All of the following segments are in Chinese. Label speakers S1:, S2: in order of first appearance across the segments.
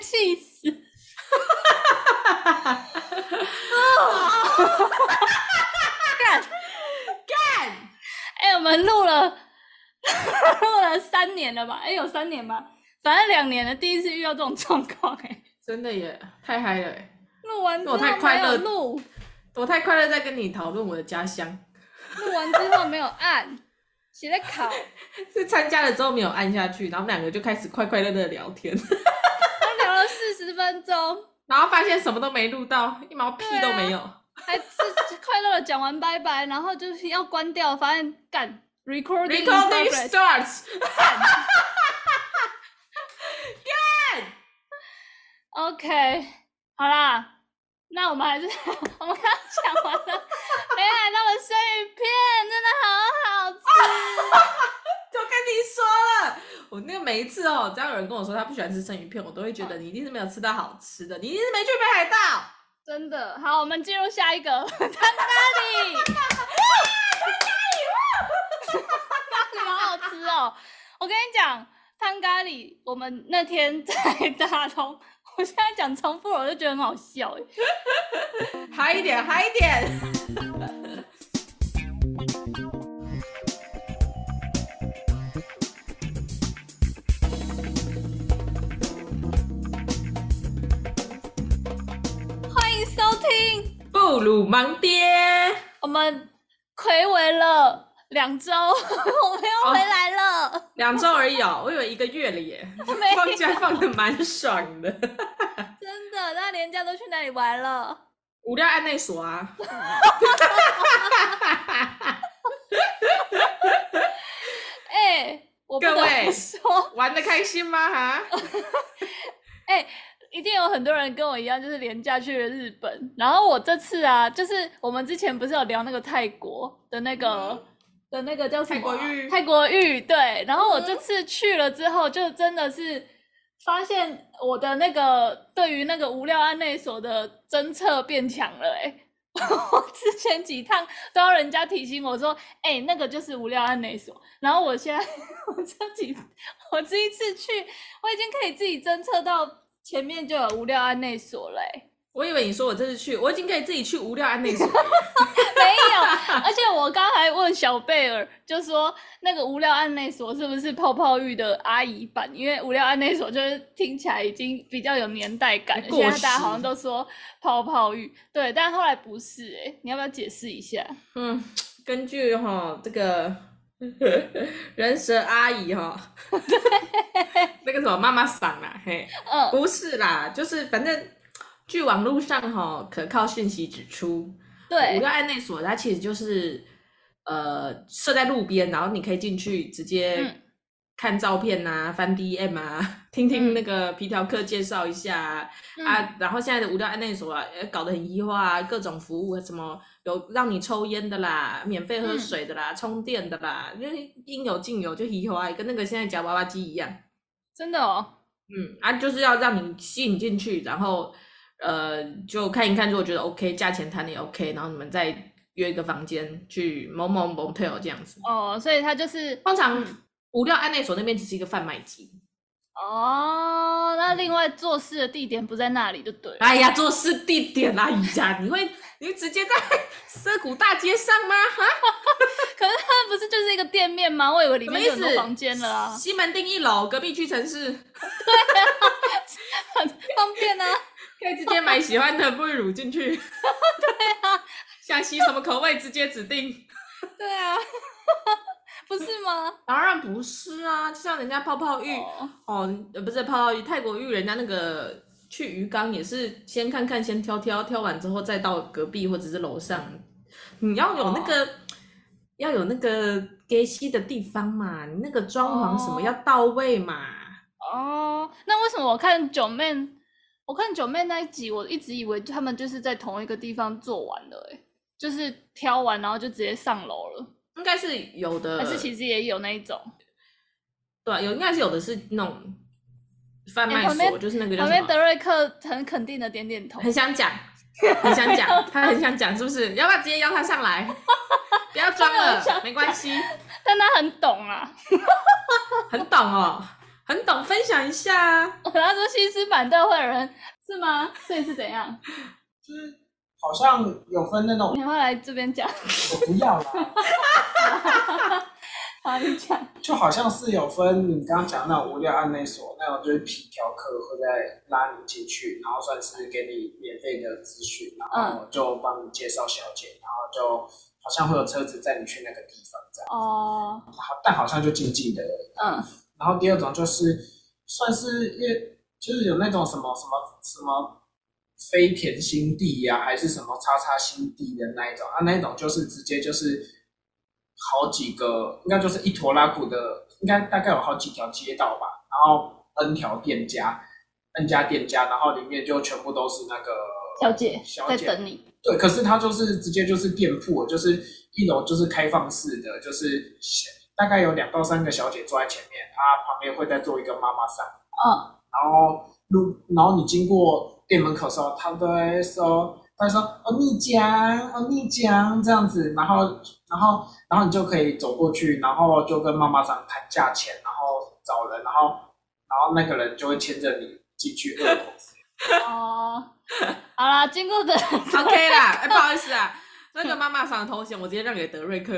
S1: 气死！
S2: 干
S1: 哎、我们录了录了三年了吧？哎、有三年吧，反正两年了，第一次遇到这种状况、哎，
S2: 真的耶，太嗨了耶！
S1: 录完之
S2: 我
S1: 后
S2: 太快
S1: 没有
S2: 乐
S1: 录，
S2: 我太快乐在跟你讨论我的家乡，
S1: 录完之后没有按，写在考，
S2: 是参加了之后没有按下去，然后我们两个就开始快快乐乐地聊天，
S1: 他聊了四十分钟，
S2: 然后发现什么都没录到，一毛屁都没有。
S1: 还是快乐的讲完拜拜，然后就是要关掉，发现干 recording in
S2: 啊 Recording
S1: progress
S2: starts，
S1: OK，好啦，那我们还是 我们刚刚讲完了北海道的生鱼片，真的好好吃。
S2: 就跟你说了，我那个每一次哦，只要有人跟我说他不喜欢吃生鱼片，我都会觉得你一定是没有吃到好吃的，你一定是没去北海道。
S1: 真的好，我们进入下一个汤咖 喱， 汤咖喱，好好吃哦！我跟你讲，汤咖喱，我们那天在大通，我现在讲重复了，我就觉得很好笑欸耶。
S2: 嗨一点，嗨一点。
S1: 欢迎收听，
S2: 布鲁芒爹，
S1: 我们暌违了两周， 我们又回来了。
S2: 两周而已哦，我以为一个月了 耶，
S1: 没
S2: 放假放的蛮爽的。
S1: 真的，那连假都去哪里玩了？
S2: 无料案内所啊，
S1: 哎、我不
S2: 各
S1: 得
S2: 位
S1: 不说，
S2: 玩的开心吗？哈，
S1: 一定有很多人跟我一样，就是连假去了日本。然后我这次啊，就是我们之前不是有聊那个泰国的那个、
S2: 嗯
S1: 的那个叫什么啊、
S2: 泰国浴嗯
S1: 泰国浴对。然后我这次去了之后，就真的是发现我的那个对于那个无料案内所的侦测变强了、欸， 我之前几趟都要人家提醒我说，哎、那个就是无料案内所。然后我现在 我这几 我这一次去，我已经可以自己侦测到前面就有无料案内所了、欸，
S2: 我以为你说我这次去，我已经可以自己去无料案内所 了。
S1: 没有。而且我刚还问小贝尔，就说那个无料案内所是不是泡泡浴的阿姨版？因为无料案内所就是听起来已经比较有年代感了，
S2: 过时
S1: 现在大家好像都说泡泡浴，对，但后来不是、欸，哎，你要不要解释一下？
S2: 嗯，根据哈、这个 人蛇阿姨 哈、那个什么妈妈嗓啦，嘿，
S1: 嗯，
S2: 不是啦，就是反正据网络上哈、可靠讯息指出，
S1: 对
S2: 五个，案内所，它其实就是呃设在路边，然后你可以进去直接
S1: 嗯
S2: 看照片呐、翻 DM 啊，听
S1: 嗯
S2: 听那个皮条客介绍一下啊。
S1: 嗯
S2: 啊然后现在的无料案内所啊，呃搞得很异化、啊，各种服务啊什么有让你抽烟的啦，免费喝
S1: 嗯
S2: 水的啦，充电的啦，就是应有尽有，就移花、跟那个现在夹娃娃机一样。
S1: 真的哦，
S2: 嗯啊，就是要让你吸引进去，然后呃，就看一看，如果觉得 OK，价钱谈的也 OK，然后你们再约一个房间去某某 motel 这样子。
S1: 哦，所以它就是
S2: 通常无料案内所那边只是一个贩卖机。
S1: 哦，那另外做事的地点不在那里就对了。
S2: 哎呀，做事地点啦，哎呀，你会你会直接在 涩谷大街上吗？哈，
S1: 可是它不是就是一个店面吗？我以为里
S2: 什么
S1: 面
S2: 意
S1: 有很多
S2: 思？
S1: 房间了啊，
S2: 西门町一楼，隔壁屈臣氏，
S1: 很方便 啊。
S2: 可以直接买喜欢的沐浴乳 进去。对啊，
S1: 啊
S2: 想洗什么口味直接指定。
S1: 对啊， 不是吗？
S2: 当然不是啊，就像人家泡泡浴哦
S1: 哦
S2: 呃不是泡泡浴，泰国浴人家那个去鱼缸也是先看看，先挑挑，挑完之后再到隔壁或者是楼上，你要有那
S1: 哦
S2: 个、要有那个给息的地方嘛，你那个装潢什么、
S1: 哦
S2: 要到位嘛。
S1: 哦，那为什么我看九妹，我看九妹那一集，我一直以为他们就是在同一个地方做完了、欸，就是挑完然后就直接上楼了，
S2: 应该是有的，
S1: 还是其实也有那一种，
S2: 对啊、有应该是有的是那种贩
S1: 哎
S2: 卖
S1: 旁
S2: 所，
S1: 边
S2: 就是那个叫
S1: 旁
S2: 什
S1: 边
S2: 么？
S1: 德瑞克很肯定的点点头。
S2: 很想讲，很想讲，他很想讲，是不是？要不要直接邀他上来？不要装
S1: 他没有想
S2: 了，
S1: 讲
S2: 没关系，
S1: 但他很懂啊，
S2: 很懂哦。很懂，分享一下啊。
S1: 他说西施版大会有人是吗？所以是怎样？
S3: 就是好像有分那种，
S1: 你会来这边讲，
S3: 我不要啦，
S1: 好，你讲。
S3: 就好像是有分你刚刚讲的那种无料案内所那种，就是皮条客会在拉你进去，然后算是给你免费的咨询，然后就帮你介绍小姐，然后就好像会有车子载你去那个地方这样，
S1: 哦，
S3: 好但好像就静静的而已。
S1: 嗯，
S3: 然后第二种就是算是因为就是有那种什么什么什么飞田新地呀、还是什么叉叉新地的那一种啊，那一种就是直接就是好几个，应该就是一坨拉古的，应该大概有好几条街道吧，然后 N 条店家，N 家店家，然后里面就全部都是那个
S1: 小姐
S3: 小
S1: 在
S3: 姐
S1: 等你。
S3: 对，可是它就是直接就是店铺，哦就是一楼就是开放式的，就是大概有两到三个小姐坐在前面，啊，旁边会再坐一个妈妈桑，
S1: 嗯，
S3: 然后路，然后你经过店门口的时候，他都会说，他会说哦你讲哦你讲这样子，然后然后然后你就可以走过去，然后就跟妈妈桑谈价钱，然后找人，然后然后那个人就会牵着你进去 二楼。
S1: 哦， 好啦，经过的 哦
S2: OK 啦，哎，不好意思啊，那个妈妈桑的头衔我直接让给德瑞克，
S1: 哦，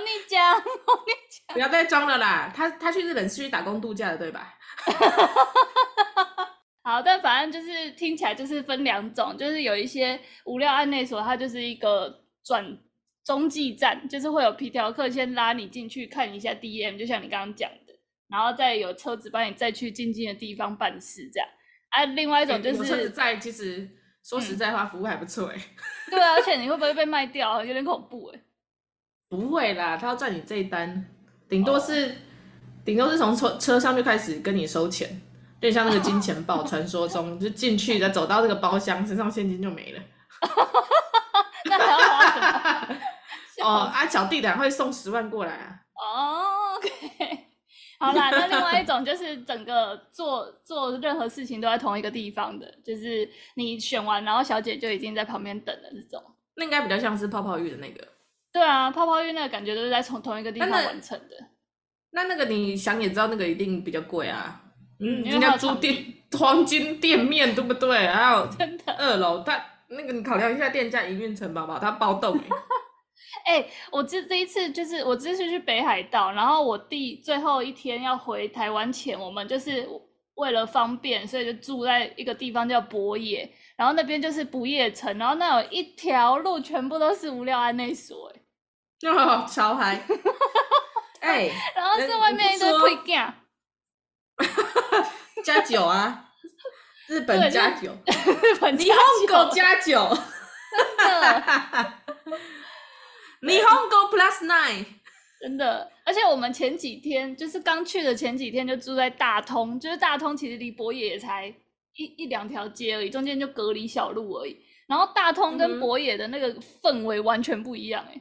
S1: 你讲，
S2: 不要再装了啦。他他去日本是去打工度假的，对吧？
S1: 好，但反正就是听起来就是分两种，就是有一些无料案内所，它就是一个转中继站，就是会有皮条客先拉你进去看一下 DM，就像你刚刚讲的，然后再有车子帮你再去静静的地方办事这样。啊，另外一种就
S2: 有车子
S1: 是，
S2: 在，其实说实在话，服务还不错哎。
S1: 对啊，而且你会不会被卖掉啊？有点恐怖哎、
S2: 不会啦，他要赚你这一单，顶多是顶多是从车车上就开始跟你收钱，有点像那个金钱豹传说中， 就进去再走到这个包厢，身上现金就 没了。
S1: 那还要花什么？
S2: 哦啊，小弟俩会送十万过来啊。
S1: 哦，OK，好 啦，那另外一种就是整个做做任何事情都在同一个地方的，就是你选完，然后小姐就已经在旁边等了这种。
S2: 那应该比较像是泡泡浴的那个。
S1: 对啊，泡泡浴那个感觉都是在从同一个地
S2: 但
S1: 方
S2: 那
S1: 完成的。
S2: 那那个你想也知道，那个一定比较贵啊。嗯，
S1: 因为
S2: 人
S1: 它
S2: 家
S1: 有
S2: 租
S1: 场
S2: 店黄金店面对不对？还有
S1: 真的，
S2: 二楼，他那个你考量一下店家营运成本吧，他包栋欸
S1: 哎、我这这一次就是我这次去北海道，然后我弟最后一天要回台湾前，我们就是为了方便，所以就住在一个地方叫博野，然后那边就是不夜城，然后那有一条路全部都是无聊安内所、欸，
S2: 哦，超 嗨。哎、
S1: 然后是
S2: 人
S1: 外
S2: 你
S1: 面
S2: 不
S1: 一堆
S2: 说
S1: 配 件。
S2: 加酒啊，日
S1: 对
S2: 本
S1: 就
S2: 加酒，
S1: 日本
S2: 霓
S1: 家
S2: 虹狗啊
S1: 酒
S2: 加酒，
S1: 真的
S2: 霓虹狗 plus nine，
S1: 真的，而且我们前几天就是刚去的前几天就住在大通，就是大通其实离博野也才一一两条街而已，中间就隔离小路而已。然后大通
S2: 嗯
S1: 跟
S2: 哼
S1: 博野的那个氛围完全不一样哎、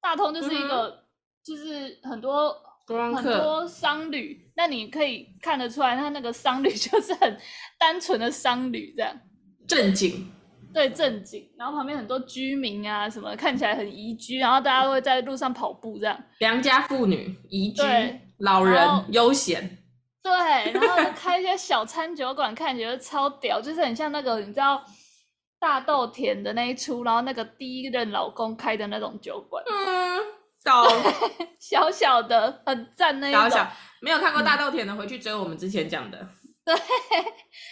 S1: 大通就是一个、就是很 多
S2: 观光
S1: 很
S2: 嗯客，
S1: 多商旅，那你可以看得出来，他那个商旅 就是很单纯的商旅这样。
S2: 正经，
S1: 对，正经，然后旁边很多居民啊什么，看起来很宜居，然后大家都会在路上跑步这样，
S2: 良家妇女，宜居
S1: 对，
S2: 老
S1: 然后
S2: 人悠闲，
S1: 对，然后就开一些小餐酒馆，看起来就超屌，就是很像那个你知道大豆田的那一出，然后那个第一任老公开的那种酒馆，
S2: 嗯，懂。
S1: 小小的，很赞那一
S2: 小
S1: 种。
S2: 小没有看过大豆田的，回去追我们之前讲的。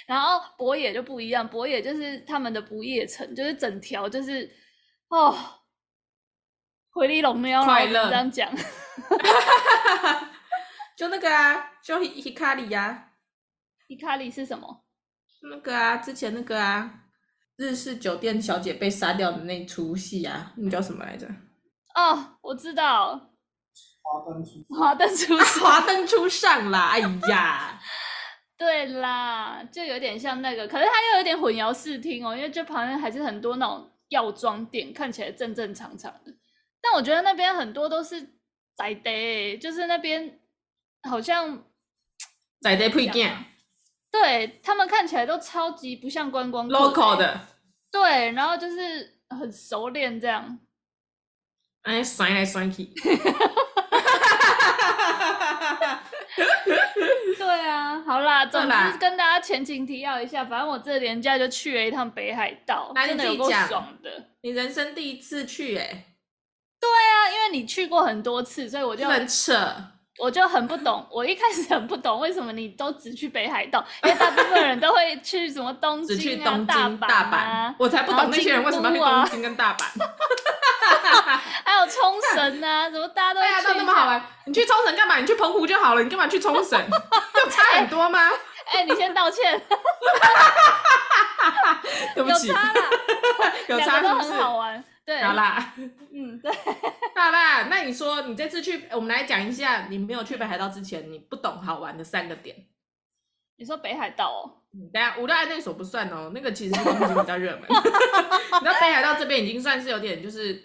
S1: 然后博野就不一样，博野就是他们的不夜城，就是整条就是哦，回力龙喵啦，
S2: 快
S1: 我只能
S2: 乐
S1: 这样讲。
S2: 就那个啊，就 h 卡里呀，
S1: 伊卡里是什么？
S2: 那个啊，之前那个啊，日式酒店小姐被杀掉的那出戏啊，那叫什么来着？
S1: 哦，我知道，
S3: 花灯出
S1: 华灯初 上。
S2: 华灯初上啦！哎 呀，
S1: 对啦，就有点像那个，可是它又有点混淆视听哦，因为这旁边还是很多那种药妆店，看起来正正常常的。但我觉得那边很多都是宅的欸、就是那边好像
S2: 仔仔配件
S1: 对他们看起来都超级不像观光客欸
S2: local 的，
S1: 对，然后就是很熟练这样。
S2: 哎哎，甩来甩去。
S1: 对啊，好啦，总
S2: 啦
S1: 之跟大家前情提要一下，反正我这年假就去了一趟北海道，
S2: 来
S1: 真的
S2: 你自
S1: 有够
S2: 己讲
S1: 爽的。对
S2: 你人生第一次去、欸，
S1: 啊，因为你去过很多次，所以我
S2: 哎，
S1: 就
S2: 很扯。
S1: 我就很不懂，我一开始很不懂为什么你都只去北海道，因为大部分人都会去什么东京、
S2: 只
S1: 啊、
S2: 去东京、
S1: 大
S2: 阪，
S1: 啊，
S2: 我才不
S1: 然
S2: 懂
S1: 后
S2: 那些人为什么要去
S1: 京都啊
S2: 东京跟大阪。
S1: 还有冲绳啊，什么大家都
S2: 北
S1: 会
S2: 海
S1: 去。
S2: 道哎那么好玩，你去冲绳干嘛？你去澎湖就好了，你干嘛去冲 绳？就差很多吗？
S1: 哎、你先道歉，
S2: 对不
S1: 有
S2: 起，
S1: 差啦，
S2: 有
S1: 两
S2: 差
S1: 个
S2: 是
S1: 都
S2: 不
S1: 很
S2: 是？
S1: 好玩。对，
S2: 好，啦，
S1: 嗯，对，
S2: 大爸，那你说你这次去，我们来讲一下，你没有去北海道之前，你不懂好玩的三个点。
S1: 你说北海道哦，
S2: 嗯等一下，五大那所不算哦，那个其实是东京比较热门。 你知道北海道这边已经算是有点就是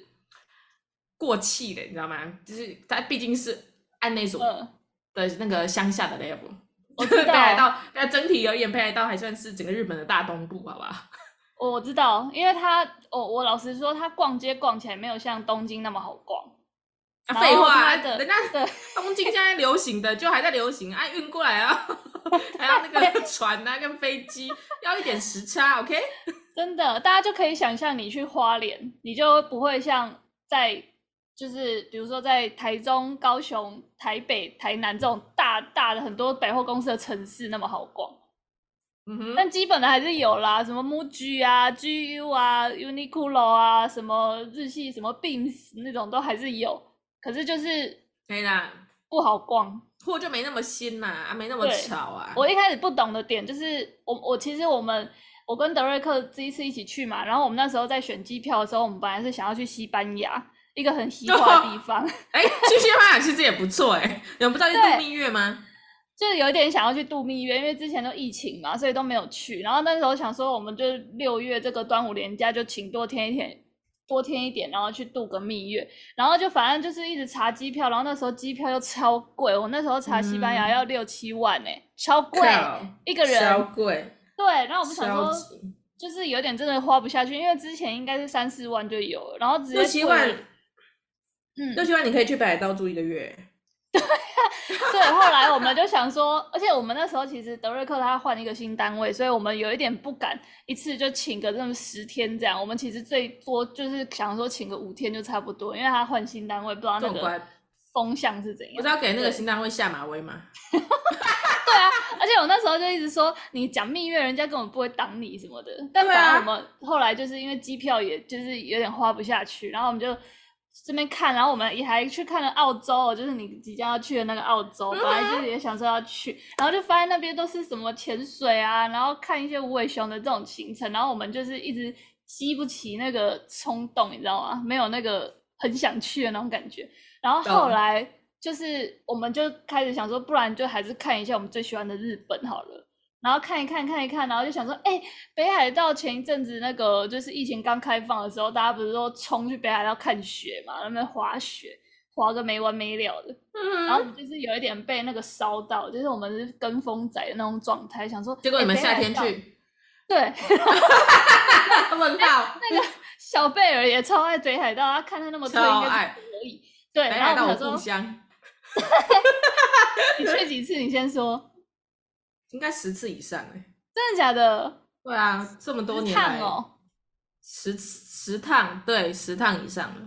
S2: 过气了，你知道吗？就是它毕竟是按那所
S1: 嗯，
S2: 的那个乡下的 level。
S1: 我知
S2: 北海
S1: 道，
S2: 道，那整体而言，北海道还算是整个日本的大东部，好不啊好？
S1: 我知道，因为他，我我老实说，他逛街逛起来没有像东京那么好逛。
S2: 啊
S1: 然后
S2: 废话啊，
S1: 它的
S2: 人家
S1: 对
S2: 东京现在流行的就还在流行，啊，运过来啊， 还要那个船啊，跟飞机，要一点时差，OK？
S1: 真的，大家就可以想象你去花莲，你就不会像在就是比如说在台中、高雄、台北、台南这种大大的很多百货公司的城市那么好逛。
S2: 嗯哼，
S1: 但基本的还是有啦，什么 MUJI 啊、GU 啊、Uniqlo 啊，什么日系什么 Beams 那种都还是有，可是就是
S2: 可以啦，
S1: 不好逛。
S2: 货就没那么新呐、啊，没那么
S1: 对
S2: 吵啊。
S1: 我一开始不懂的点就是，我我其实我们我跟德瑞克这一次一起去嘛，然后我们那时候在选机票的时候，我们本来是想要去西班牙一个很西化的 地方，
S2: 哎、去西班牙其实也不错哎、你们不知道去
S1: 对
S2: 度蜜月吗？
S1: 就是有点想要去度蜜月，因为之前都疫情嘛，所以都没有去。然后那时候想说，我们就六月这个端午连假就请多天一天，多天一点，然后去度个蜜月。然后就反正就是一直查机票，然后那时候机票又超贵，我那时候查西班牙要六七万呢、超贵
S2: 靠
S1: 一个
S2: 嗯超
S1: 人。
S2: 贵，
S1: 对，然后我们想
S2: 超
S1: 说，
S2: 级
S1: 就是有点真的花不下去，因为之前应该是三四万就有了，然后直接
S2: 六七
S1: 贵了
S2: 万，
S1: 嗯，
S2: 六七万你可以去北海道住一个月。
S1: 对，后来我们就想说，而且我们那时候其实德瑞克他换一个新单位，所以我们有一点不敢一次就请个这么十天这样。我们其实最多就是想说请个五天就差不多，因为他换新单位，不知道那
S2: 这么
S1: 个
S2: 乖
S1: 风向是怎
S2: 我
S1: 样
S2: 是。要给那个
S1: 对
S2: 新单位下马威嘛？
S1: 对啊，而且我那时候就一直说，你讲蜜月，人家根本不会挡你什么的。但
S2: 对
S1: 反
S2: 啊
S1: 正我们后来就是因为机票，也就是有点花不下去，然后我们就这边看，然后我们也还去看了澳洲，哦就是你即将要去的那个澳洲，
S2: 嗯
S1: 本
S2: 哼
S1: 来就是也想说要去，然后就发现那边都是什么潜水啊，然后看一些无尾熊的这种行程，然后我们就是一直激不起那个冲动，你知道吗？没有那个很想去的那种感觉。然后后
S2: 懂
S1: 来就是我们就开始想说，不然就还是看一下我们最喜欢的日本好了。然后看一看，看一看，然后就想说，哎、北海道前一阵子那个就是疫情刚开放的时候，大家不是都冲去北海道看雪嘛，那边滑雪，滑个没完没了的。
S2: 嗯
S1: 然后就是有一点被那个烧到，就是我们是跟风仔的那种状态，想说，
S2: 结果
S1: 哎
S2: 你们
S1: 北
S2: 夏
S1: 海
S2: 天
S1: 道
S2: 去，
S1: 对，
S2: 问
S1: 哎
S2: 号，
S1: 小贝尔也超爱北海道，他看他那么多应
S2: 超
S1: 该
S2: 爱
S1: 是可以。对，
S2: 北
S1: 然后
S2: 海
S1: 我
S2: 道
S1: 们想说，
S2: 我故乡，
S1: 你去几次？你先说，
S2: 应该十次以上哎、
S1: 真的假的？
S2: 对啊，这么多
S1: 是
S2: 年
S1: 烫
S2: 来，
S1: 哦，
S2: 十十趟，对，十趟以上了，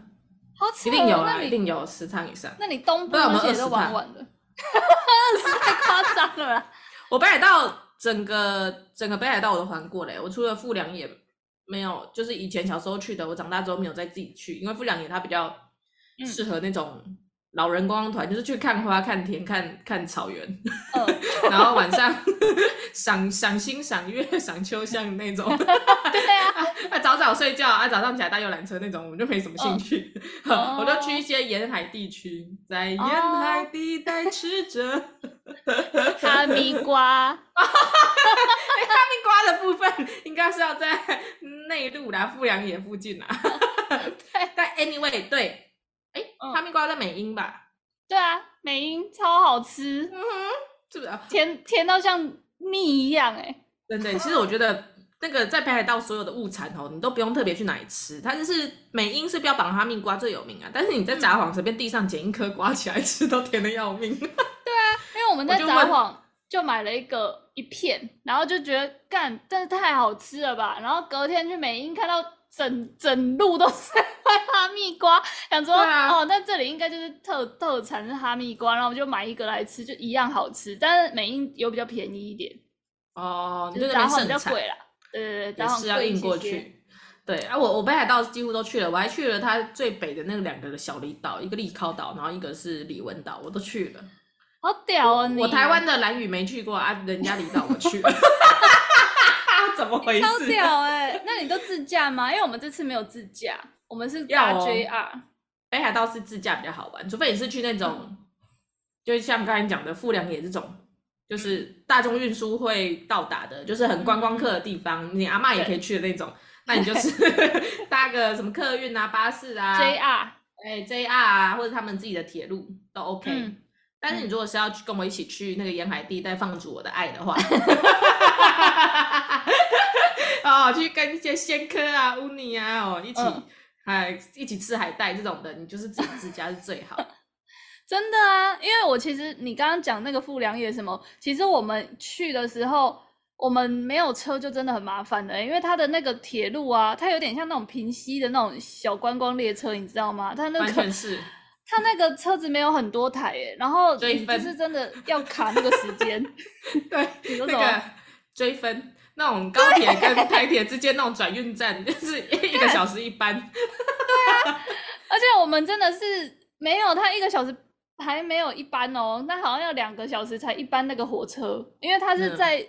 S1: 好扯、
S2: 一
S1: 哦，
S2: 定有
S1: 那
S2: 啦，
S1: 你
S2: 一定有十趟以上。
S1: 那你东部
S2: 不然我
S1: 那
S2: 们
S1: 些也都
S2: 20
S1: 玩
S2: 趟
S1: 完了， 二十太夸张了啦。
S2: 我北海道整个整个北海道我都环过嘞，我除了富良野没有，就是以前小时候去的，我长大之后没有再自己去，因为富良野它比较
S1: 嗯
S2: 适合那种老人观光团，就是去看花、看田、看看草原，
S1: 嗯，
S2: 然后晚上 赏赏星、赏月、 赏秋像那 种。
S1: 对啊，
S2: 啊，早早睡觉啊，早上起来搭游览车那种，我们就没什么兴趣。
S1: 哦
S2: 我就去一些沿海地区，在沿海地带吃着。
S1: 哈密瓜，
S2: 瓜的部分应该是要在内陆啦，富良野附近啦。 对，但 anyway，对，哎、
S1: 嗯
S2: 哈密瓜在美英吧？
S1: 对啊，美英超好吃，
S2: 是不是？啊
S1: 甜甜到像蜜一样哎、
S2: 真的，其实我觉得那个在北海道所有的物产哦，你都不用特别去哪里吃，它就是美英是标榜哈密
S1: 嗯
S2: 瓜最有名啊，但是你在札幌随便地上捡一颗瓜起来吃都甜的要命。
S1: 因为我们在
S2: 就
S1: 札
S2: 问
S1: 幌就买了一个一片，然后就觉得干，真的太好吃了吧！然后隔天去美英看到整整路都是 哈密瓜，想说、
S2: 对啊
S1: 哦，那这里应该就是特特产是哈密瓜，然后我们就买一个来吃，就一样好吃，但是美英有比较便宜一点，
S2: 哦，你
S1: 就是
S2: 那
S1: 札
S2: 边
S1: 幌比
S2: 盛
S1: 较
S2: 产
S1: 贵啦。对对对，
S2: 也
S1: 札幌
S2: 是要
S1: 贵一
S2: 运
S1: 些
S2: 过
S1: 些。
S2: 去。对啊，我我北海道几乎都去了，我还去了它最北的那两个小离岛，一个利尻岛，然后一个是里文岛，我都去了。
S1: 好屌哦！你
S2: 我台湾的兰屿没去过啊，人家离岛我去 了，怎么回
S1: 超
S2: 事？
S1: 屌哎、那你都自驾吗？因为我们这次没有自驾，我们是
S2: 要
S1: 搭
S2: 哦
S1: JR。
S2: 北海道是自驾比较好玩，除非你是去那种，就像刚才讲的富良野这种，就是大众运输会到达的，就是很观光客的地方，你阿嬷也可以去的那种。那 你就是搭个什么客运啊、巴士啊、
S1: JR，
S2: 哎 JR 啊，或者他们自己的铁路都 OK。
S1: 嗯
S2: 但是你如果是要去跟我一起去那个沿海地带放逐我的爱 的话，哦，去跟一些仙科啊、乌尼啊哦一起
S1: 嗯，
S2: 哎、一起吃海带这种的，你就是自己自驾是最好。
S1: 真的啊，因为我其实你刚刚讲那个富良野什么，其实我们去的时候，我们没有车就真的很麻烦了，因为它的那个铁路啊，它有点像那种平息的那种小观光列车，你知道吗？它 那
S2: 完
S1: 个
S2: 全是，
S1: 它那个车子没有很多台耶，然后
S2: 追
S1: 你就
S2: 分
S1: 是真的要卡那个时间，
S2: 对，
S1: 你说
S2: 那
S1: 什么？
S2: 个追分。那种高铁跟 台铁之间那种转运站，就是一个小时一班，
S1: 而且我们真的是没有，他一个小时还没有一班哦，那好像要两个小时才一班那个火车，因为它是
S2: 嗯
S1: 在，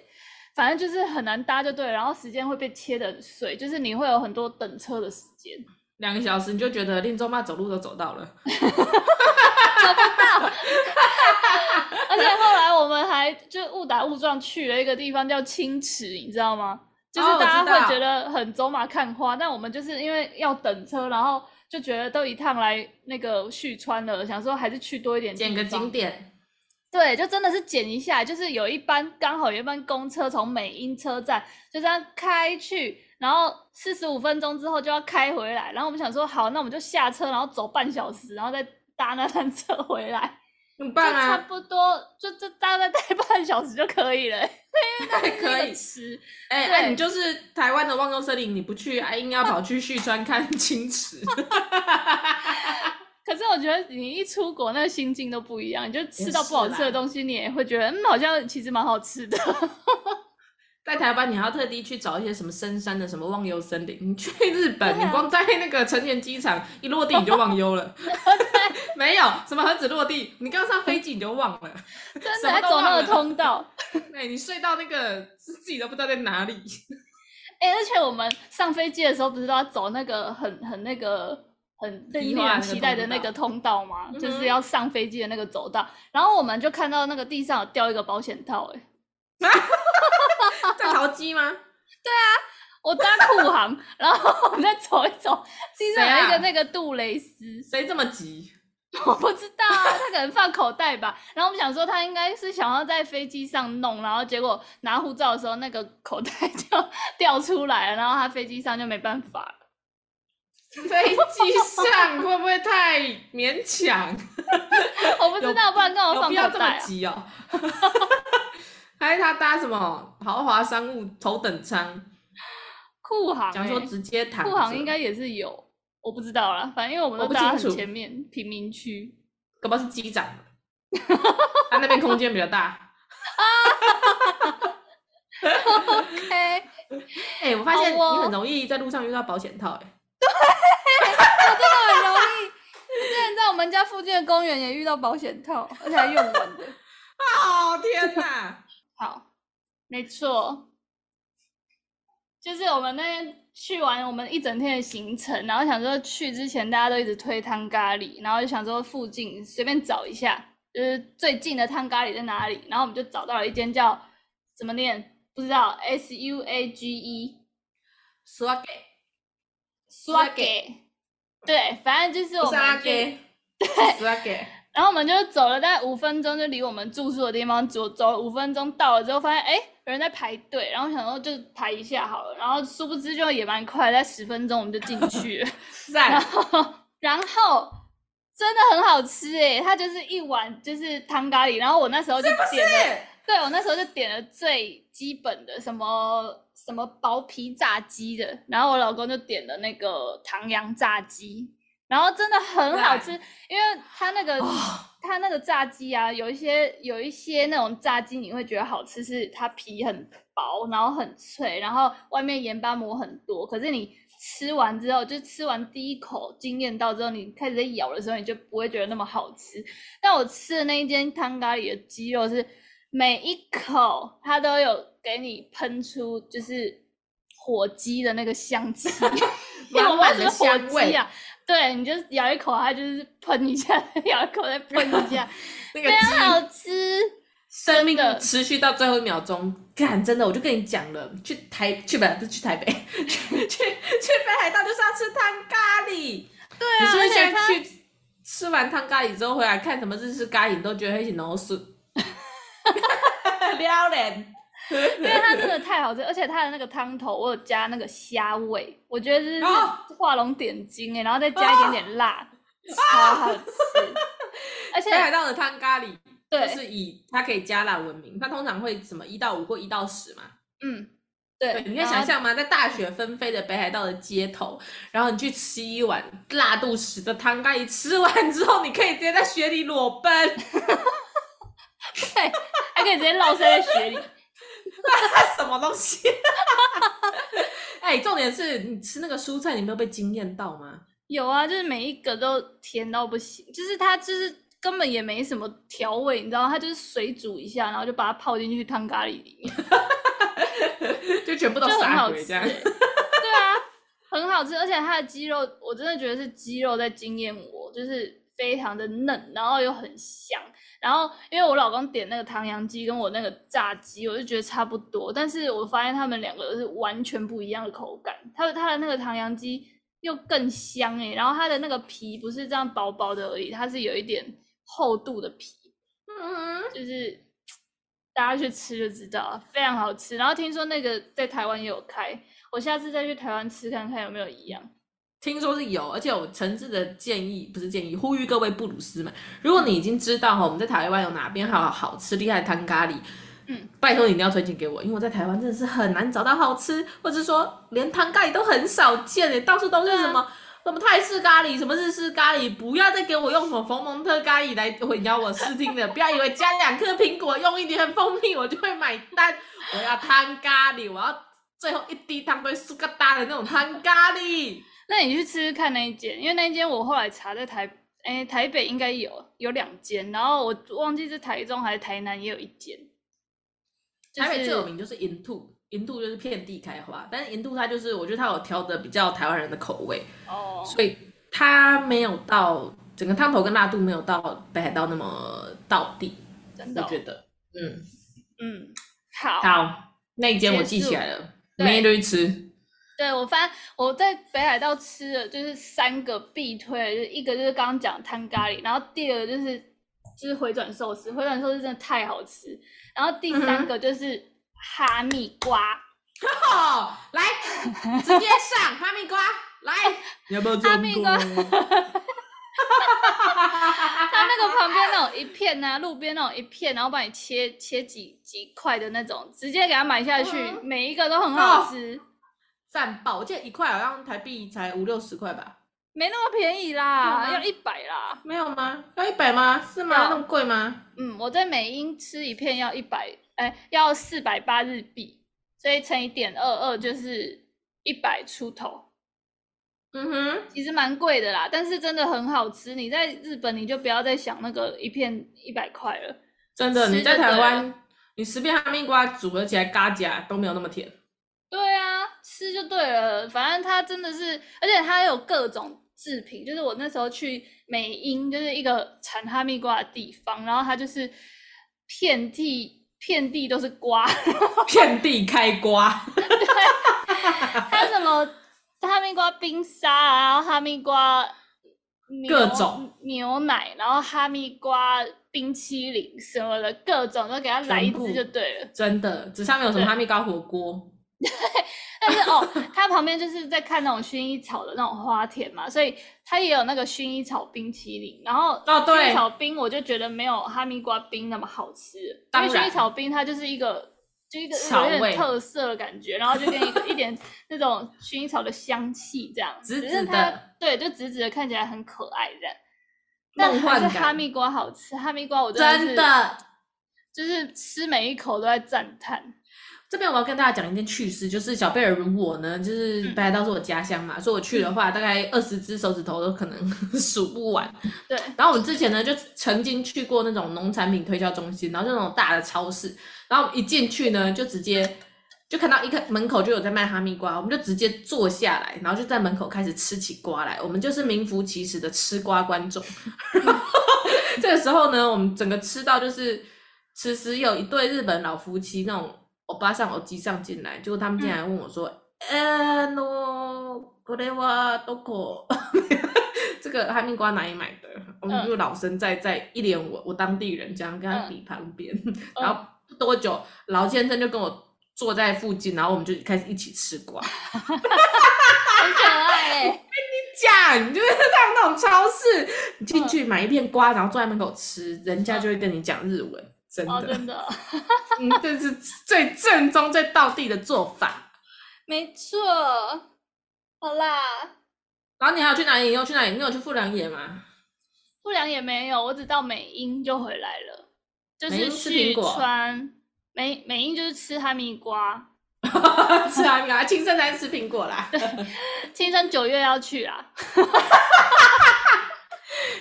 S1: 反正就是很难搭就对了，然后时间会被切的碎，就是你会有很多等车的时间。
S2: 两个小时你就觉得令州妈走路都走到了。
S1: 而且后来我们还就误打误撞去了一个地方叫青池，你知道吗？就是
S2: 哦我
S1: 大
S2: 知
S1: 家
S2: 道
S1: 会觉得很走马看花，但我们就是因为要等车，然后就觉得都一趟来那个旭川了，想说还是去多一点地
S2: 捡
S1: 方，
S2: 个景点，
S1: 对，就真的是剪一下，就是有一班刚好有一班公车从美英车站就这样开去，然后四十五分钟之后就要开回来，然后我们想说好，那我们就下车，然后走半小时，然后再搭那班车回 来，
S2: 很
S1: 就
S2: 棒
S1: 差
S2: 啊，
S1: 不多就就大概待 半小时就可以了，
S2: 还 可 以。
S1: 吃。
S2: 哎、
S1: 对
S2: 那、你就是台湾的望东森林，你不去，还硬要跑去旭川看青池，
S1: 可是我觉得你一出国，那个心境都不一样，你就吃到
S2: 是
S1: 不好吃的
S2: 啦
S1: 东西，你也会觉得嗯，好像其实蛮好吃的。
S2: 在台湾你还要特地去找一些什么深山的什么忘忧森林。你去日本，
S1: 对啊
S2: 你光在那个成田机场一落地你就忘忧 了， 没有什么何止落地，你刚上飞机你就忘了，
S1: 真
S2: 什
S1: 的
S2: 么
S1: 还
S2: 都
S1: 走那
S2: 忘
S1: 个
S2: 了
S1: 通道。
S2: 哎、你睡到那个自己都不知道在 哪里。
S1: 哎、而且我们上飞机的时候不是都要走那个很很那个很
S2: 低
S1: 令
S2: 化
S1: 人
S2: 那个
S1: 期待的
S2: 通
S1: 那
S2: 道
S1: 个通道吗？就
S2: 嗯
S1: 是
S2: 哼
S1: 要上飞机的那个走道，然后我们就看到那个地上有掉一个保险套、哎，
S2: 在淘机吗？
S1: 我搭酷航，然后我们再走一走，地上
S2: 谁
S1: 有一个
S2: 啊
S1: 那个杜蕾斯，
S2: 谁这么急？
S1: 我不知道啊，他可能放口袋吧。然后我们想说他应该是想要在飞机上弄，然后结果拿护照的时候那个口袋就 掉出来了，然后他飞机上就没办法了。
S2: 飞机上会不会太勉强？
S1: 我不知
S2: 有
S1: 道，不然干嘛
S2: 有
S1: 放
S2: 必要
S1: 口
S2: 这么
S1: 袋、啊？
S2: 急哦？ 还是他搭什么豪华商务头等舱？
S1: 酷航、欸，
S2: 讲说直接躺着。
S1: 富航应该也是有，我不知道啦，反正因为我们
S2: 我
S1: 都
S2: 不
S1: 搭
S2: 清
S1: 很
S2: 楚
S1: 前面贫民区，
S2: 搞不好是机长， 他那边空间比较大。
S1: 哎、
S2: 哎、我发现
S1: 好哦
S2: 你很容易在路上遇到保险套、哎，
S1: 很容易。之前在我们家附近的公园也遇到保险套，而且还用完的。
S2: 哦天哪！
S1: 好，没错，就是我们那天去完我们一整天的行程，然后想说去之前大家都一直推汤咖喱，然后就想说附近随便找一下，就是最近的汤咖喱在哪里，然后我们就找到了一间叫怎么念不知道 S U A G E
S2: 说给
S1: Swage，对，反正就是我
S2: 不是阿
S1: 们去
S2: 给，说 给，
S1: 然后我们就走了大概五分钟，就离我们住宿的地方走走了五分钟，到了之后发现哎有人在排队，然后想说就排一下好了，然后殊不知就也蛮快，在十分钟我们就进去了，
S2: 赞
S1: 然后真的很好吃哎、它就是一碗就是汤咖喱，然后我那时候就点了，
S2: 对，
S1: 对我那时候就点了最基本的什么什么薄皮炸鸡的，然后我老公就点了那个唐扬炸鸡，然后真的很好吃，因为它那个、
S2: 哦
S1: 它那个炸鸡啊，有一些有一些那种炸鸡你会觉得好吃，是它皮很薄，然后很脆，然后外面盐巴抹很多，可是你。吃完之后，就吃完第一口惊艳到之后，你开始在咬的时候，你就不会觉得那么好吃。但我吃的那一间汤咖喱的鸡肉是每一口它都有给你喷出就是火鸡的那个香 气，因为我们
S2: 满满
S1: 是
S2: 的
S1: 火
S2: 香
S1: 鸡
S2: 味
S1: 啊，对，你就咬一口它就是喷一下， 咬一口再喷一下，
S2: 那
S1: 非
S2: 个
S1: 常好
S2: 鸡
S1: 吃。
S2: 生命
S1: 的
S2: 持续到最后一秒钟，干真的，我就跟你讲了，去台去不不是去台 北，去去去北海道就是要吃汤咖喱。
S1: 对啊，
S2: 你是不
S1: 而
S2: 是
S1: 且
S2: 现
S1: 它
S2: 在去吃完汤咖喱之后回来看什么日式咖喱，你都觉得一起脑损？撩 人，
S1: 因为它真的太好吃，而且它的那个汤头，我有加那个虾味，我觉得这
S2: 啊
S1: 是画龙点睛哎、然后再加一点点辣，超好 吃。而且
S2: 北海道的汤咖喱就
S1: 对，
S2: 是以它可以加辣闻名，它通常会什么一到五或一到十嘛。
S1: 嗯，对
S2: 对，，你可以
S1: 然
S2: 想
S1: 后
S2: 象吗？在大雪纷飞的北海道的街头，然后你去吃一碗辣度十的汤咖喱，吃完之后，你可以直接在雪里裸奔，
S1: 对， 还可以直接落塞在雪里。
S2: 什么东西？ 哎，重点是你吃那个蔬菜，你没有被惊艳到吗？
S1: 有啊，就是每一个都甜到不行，就是它就是根本也没什么调味，你知道吗？它就是水煮一下，然后就把它泡进去汤咖喱里面，
S2: 就全部都
S1: 就很
S2: 撒
S1: 好
S2: 鬼
S1: 吃
S2: 这
S1: 欸、。
S2: 样
S1: 对啊，很好吃，而且它的鸡肉，我真的觉得是鸡肉在惊艳我，就是非常的嫩，然后又很香。然后因为我老公点那个唐扬鸡跟我那个炸鸡，我就觉得差不多，但是我发现他们两个是完全不一样的口感。它它的那个唐扬鸡又更香诶、然后它的那个皮不是这样薄薄的而已，它是有一点厚度的皮，
S2: 嗯，
S1: 就是大家去吃就知道，非常好吃。然后听说那个在台湾也有开，我下次再去台湾吃看看有没有一样。
S2: 听说是有，而且我诚挚的建议，不是建议，呼吁各位布鲁斯们，如果你已经知道哈，我们在台湾有哪边好好吃厉害的汤咖喱，
S1: 嗯，
S2: 拜托你一定要推荐给我，因为我在台湾真的是很难找到好吃，或者是说连汤咖喱都很少见诶，到处都是
S1: 对啊
S2: 什么。什么泰式咖喱，什么日式咖喱，不要再给我用什么冯蒙特咖喱来混淆我视听的。不要以为加两颗苹果，用一点蜂蜜，我就会买单。我要汤咖喱，我要最后一滴汤都会苏嘎哒的那种汤咖喱。
S1: 那你去吃吃看那一间，因为那一间我后来查在台，哎、台北应该有有两间，然后我忘记是台中还是台南也有一间。就是、
S2: 台北最有名就是银兔，银兔就是遍地开花，但是银兔它就是我觉得它有调的比较台湾人的口味，
S1: 哦，
S2: 所以它没有到整个汤头跟辣度没有到北海道那么到地，
S1: 真
S2: 我
S1: 的哦、
S2: 觉得。嗯，
S1: 嗯，好，
S2: 好，那一间我记起来了，
S1: 对
S2: 明天就去 吃。
S1: 对我发我在北海道吃的就是三个必推的，就是一个就是刚刚讲的汤咖喱，然后第二个就是就是回转寿司，回转寿司真的太好吃，然后第三个就是哈密瓜，
S2: 哦，来，直接上哈密瓜，来， 你要不要
S1: 哈密瓜它那 个旁边那种一片啊，路边那种一片，然后帮你切切几几块的那种，直接给它买下去，
S2: 嗯
S1: 每一个都很好吃，
S2: 赞爆！我记得一块好像台币才五六十块吧？
S1: 没那么便宜
S2: 真
S1: 啦，
S2: 的
S1: 要
S2: 吗
S1: 一百啦，
S2: 没有吗？要一百吗？是吗？
S1: 要
S2: 那么贵吗？
S1: 嗯，我在美英吃一片要一百，哎，要四百八日币，所以乘以点二二就是一百出头，
S2: 嗯哼。
S1: 其实蛮贵的啦，但是真的很好吃。你在日本你就不要再想那个一片一百块了，
S2: 真的，
S1: 吃
S2: 你在
S1: 就
S2: 台
S1: 对
S2: 湾，你十片哈密瓜组合起来嘎夹都没有那么甜。
S1: 对啊，吃就对了，反正它真的是，而且它有各种制品，就是我那时候去美英，就是一个产哈密瓜的地方，然后它就是遍地遍地都是瓜。
S2: 遍地开啊瓜，
S1: 它什么哈密瓜冰沙啊，然后哈密瓜牛
S2: 各种
S1: 牛奶，然后哈密瓜冰淇淋什么的，各种都给它来一
S2: 全部
S1: 支就对了。
S2: 真的，只上面有什么
S1: 对
S2: 哈密瓜火锅，
S1: 但是哦，它旁边就是在看那种薰衣草的那种花田嘛，所以它也有那个薰衣草冰淇淋。然后
S2: 哦对
S1: 薰衣草冰我就觉得没有哈密瓜冰那么好吃，因
S2: 当
S1: 为
S2: 然
S1: 薰衣草冰它就是一个就一个
S2: 草
S1: 有
S2: 味
S1: 点特色的感觉，然后就跟一 个一点那种薰衣草的香气这样，
S2: 紫
S1: 只
S2: 紫
S1: 是它
S2: 的
S1: 对，就紫紫的看起来很可爱这样。但
S2: 梦
S1: 还
S2: 幻
S1: 是
S2: 感
S1: 哈密瓜好吃，哈密瓜我
S2: 真
S1: 是
S2: 的。
S1: 就是吃每一口都在赞叹。
S2: 这边我要跟大家讲一件趣事，就是小贝尔文我呢，就是
S1: 嗯
S2: 北海道是我家乡嘛，所以我去的话，大概二十只手指头都可能 数不完。
S1: 对，
S2: 然后我们之前呢，就曾经去过那种农产品推销中心，然后就那种大的超市，然后我们一进去呢，就直接就看到一个门口就有在卖哈密瓜，我们就直接坐下来，然后就在门口开始吃起瓜来，我们就是名副其实的吃瓜观众。然后 这个时候呢，我们整个吃到就是，此时有一对日本老夫妻那种欧巴上、欧基上进来，结果他们竟然问我说：“呃、no，これはどこ？”这个哈密瓜哪里买的？我们就老生在在，一脸我我当地人这样跟他
S1: 嗯
S2: 比旁边， 然后不多久老先生就跟我坐在附近，然后我们就开始一起吃瓜。
S1: 很可爱哎、
S2: 讲，你就是上那种超市，你
S1: 嗯
S2: 进去买一片瓜，然后坐在门口吃，人家就会跟你讲日文，真
S1: 哦，
S2: 的，
S1: 真的，
S2: 嗯，这是最正宗、最道地的做法。
S1: 没错。好啦，
S2: 然后你还有去哪里？你有去哪里？你有去富良野吗？
S1: 不良也没有，我只到美英就回来了，就
S2: 美
S1: 是
S2: 瑛吃
S1: 去
S2: 苹果
S1: 川美美英就是吃哈密瓜，
S2: 吃啊，你啊，青森才吃苹果啦。
S1: 青山九月要去啦。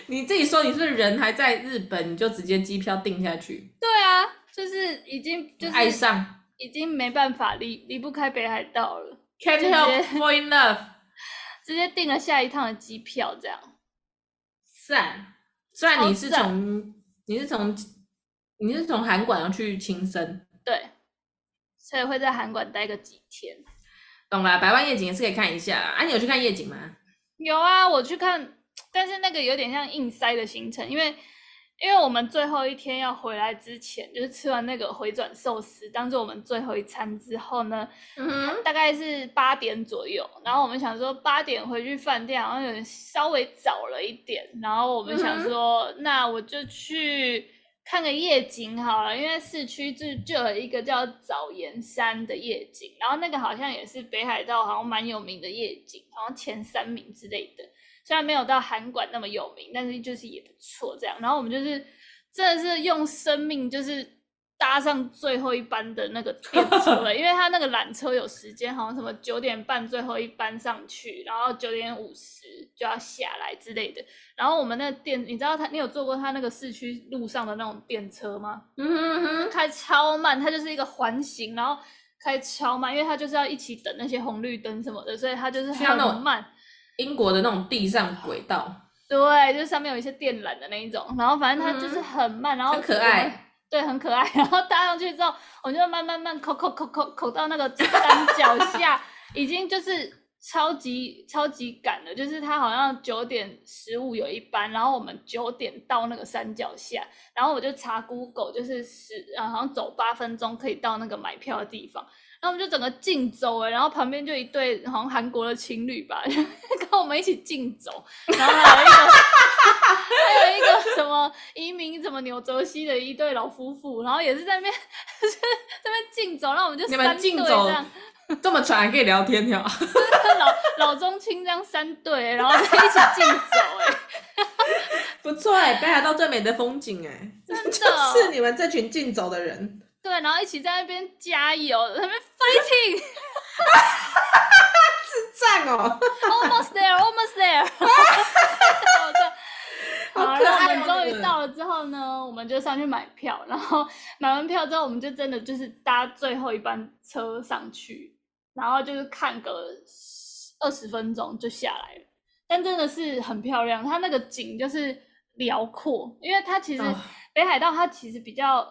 S2: 你自己说，你是不是人还在日本，你就直接机票订下去，
S1: 对啊，就是已经就是
S2: 爱上
S1: 已经没办法离离不开北海道了，
S2: ，Can't
S1: 直接
S2: help fall in love，
S1: 直接订了下一趟的机票这样。
S2: 赞。虽然你
S1: 超
S2: 是
S1: 赞
S2: 从你是从你是从韩馆要去青森，
S1: 对，所以会在韩馆待个几天。
S2: 懂啦，百万夜景也是可以看一下啦。啊，你有去看夜景吗？
S1: 有啊，我去看，但是那个有点像硬塞的行程，因为因为我们最后一天要回来之前，就是吃完那个回转寿司当做我们最后一餐之后呢，
S2: 嗯哼，
S1: 大概是八点左右，然后我们想说八点回去饭店好像有点稍微早了一点，然后我们想说，那我就去看个夜景好了，因为市区就就有一个叫早岩山的夜景，然后那个好像也是北海道好像蛮有名的夜景，好像前三名之类的，虽然没有到韩馆那么有名，但是就是也不错这样。然后我们就是真的是用生命就是。搭上最后一班的那 个电车了，因为他那个缆车有时间，好像什么九点半最后一班上去，然后九点五十就要下来之类的。然后我们那个电，你知道他，你有坐过他那个市区路上的那种电车吗？
S2: 嗯哼嗯哼，
S1: 开超慢，它就是一个环形，然后开超慢，因为它就是要一起等那些红绿灯什么的，所以它就是
S2: 需要
S1: 很
S2: 那种
S1: 慢。
S2: 英国的那种地上轨 道，
S1: 对，就是上面有一些电缆的那一种，然后反正它就是
S2: 嗯
S1: 很慢，然后
S2: 很可
S1: 我们
S2: 爱。
S1: 对，很可爱。 然后搭上去之后，我就慢慢慢抠抠抠抠抠到那个山脚下，已经就是超级超级赶了。就是他好像九点十五有一班，然后我们九点到那个山脚下，然后我就查 Google，就是十呃好像走八分钟可以到那个买票的地方。然后我们就整个竞走哎、然后旁边就一对好像韩国的情侣吧， 就跟我们一起竞走，然后还有一个还有一个什么移民什么纽泽西的一对老夫妇，然后也是在那边 就是在那边竞走，然后我们就
S2: 你
S1: 三
S2: 们
S1: 队
S2: 竞
S1: 这
S2: 走
S1: 样，
S2: 这么喘还可以聊天了，
S1: 跟老 老中青这样三队欸、然后在一起竞走哎、
S2: 不错哎、北海道最美的风景哎、
S1: 真的
S2: 就是你们这群竞走的人，
S1: 对，然后一起在那边加油，在那边 fighting
S2: 赞哦，
S1: almost there almost there 好的。
S2: 好
S1: 好，
S2: 可
S1: 然后我
S2: 爱
S1: 们
S2: 哦
S1: 终
S2: 这
S1: 于
S2: 个
S1: 到了之后呢，我们就上去买票，然后买完票之后，我们就真的就是搭最后一班车上去，然后就是看个呃二十分钟就下来了。但真的是很漂亮，它那个景就是辽阔，因为它其实、
S2: 哦
S1: 北海道它其实比较。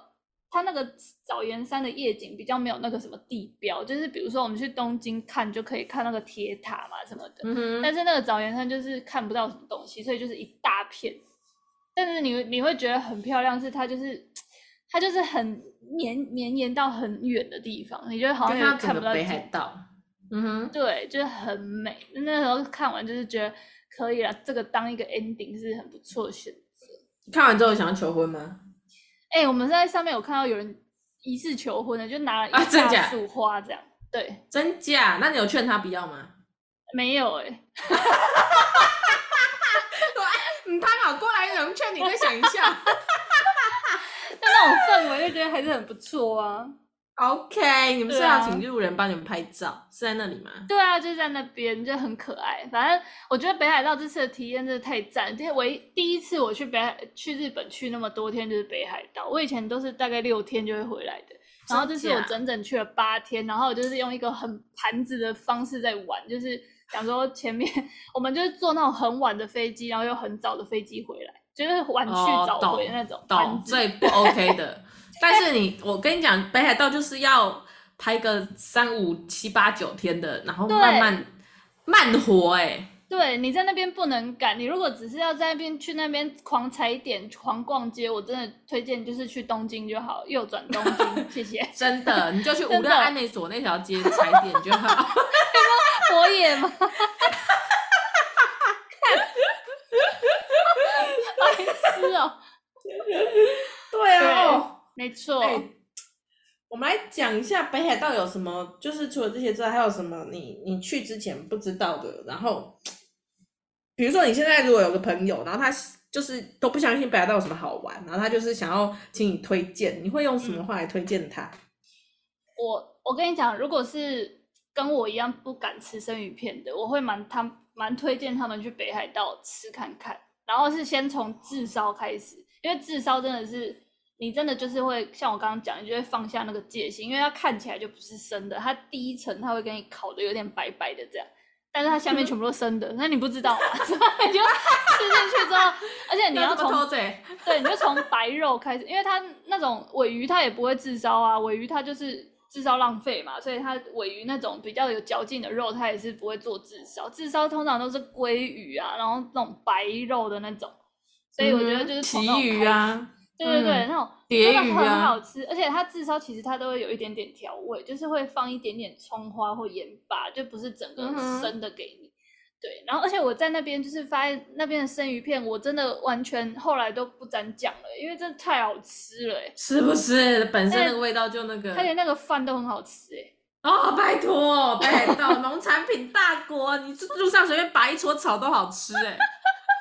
S1: 它那个早岩山的夜景比较没有那个什么地标，就是比如说我们去东京看就可以看那个铁塔嘛什么的，
S2: 嗯哼，
S1: 但是那个沼原山就是看不到什么东西，所以就是一大片。但是你你会觉得很漂亮，是它就是它就是很绵绵延到很远的地方，你就好像
S2: 跟他
S1: 有
S2: 整
S1: 看
S2: 个
S1: 不到
S2: 北
S1: 尽
S2: 海道，嗯哼，
S1: 对，就是很美。那时候看完就是觉得可以了，这个当一个 ending 是很不错的选择。
S2: 看完之后想要求婚吗？
S1: 哎、我们在上面有看到有人疑似求婚的，就拿了
S2: 啊
S1: 一
S2: 真假
S1: 大束花这样。对，
S2: 真假？那你有劝他不要吗？
S1: 没有哎、
S2: 嗯，他好过来人劝你，再想一下。
S1: 但那种氛围就觉得还是很不错啊。
S2: OK，你们是
S1: 对啊
S2: 要请路人帮你们拍照，是在那里吗？
S1: 对啊，就在那边就很可爱。反正我觉得北海道这次的体验真的太赞，这唯第一次我去北海去日本去那么多天就是北海道，我以前都是大概六天就会回来的。然后这次
S2: 真假
S1: 我整整去了八天，然后我就是用一个很盘子的方式在玩，就是想说前面我们就是坐那种很晚的飞机，然后又很早的飞机回来，就是晚去
S2: 哦
S1: 早
S2: 懂
S1: 回那种
S2: 懂
S1: 盘，子。
S2: 最不 OK 的。但是你，我跟你讲，北海道就是要拍个三五七八九天的，然后
S1: 对
S2: 慢慢慢活、欸，
S1: 对，你在那边不能赶，你如果只是要在那边去那边狂踩点、狂逛街，我真的推荐就是去东京就好，右转东京，谢谢。
S2: 真的，你就去
S1: 真
S2: 无
S1: 的
S2: 料安内所那条街踩点就 好。
S1: 我也吗？ 白痴哦，
S2: 对
S1: 哦没错，
S2: 哎、我们来讲一下北海道有什么，就是除了这些之外，还有什么你你去之前不知道的。然后，比如说你现在如果有个朋友，然后他就是都不相信北海道有什么好玩，然后他就是想要请你推荐，你会用什么话来推荐他？
S1: 我我跟你讲，如果是跟我一样不敢吃生鱼片的，我会蛮他蛮推荐他们去北海道吃看看，然后是先从炙烧开始，因为炙烧真的是你真的就是会像我刚刚讲，你就会放下那个戒心，因为它看起来就不是生的，它第一层它会给你烤的有点白白的这样。但是它下面全部都生的，那你不知道嘛？ 所以你就吃进去之后，而且你要从
S2: 贼？
S1: 对，你就从白肉开始，因为它那种尾鱼它也不会自烧啊，尾鱼它就是自烧浪费嘛，所以它尾鱼那种比较有嚼劲的肉，它也是不会做自烧。自烧通常都是鲑鱼啊，然后那种白肉的那种，所以我觉得就是从那
S2: 旗
S1: 种
S2: 鱼嗯啊，
S1: 开始，对对对，
S2: 嗯
S1: 那种
S2: 蝶
S1: 真
S2: 鱼
S1: 的
S2: 啊
S1: 很好吃，而且它自烧其实它都会有一点点调味，就是会放一点点葱花或盐巴，就不是整个
S2: 嗯哼
S1: 生的给你。对，然后而且我在那边就是发现那边的生鱼片，我真的完全后来都不沾酱了，因为真的太好吃了、欸，
S2: 是不是本身那
S1: 哎
S2: 个味道就那个？
S1: 它连那个饭都很好吃、欸，
S2: 哦，拜托，北海道农产品大国，你路上随便拔一撮草都好吃哎、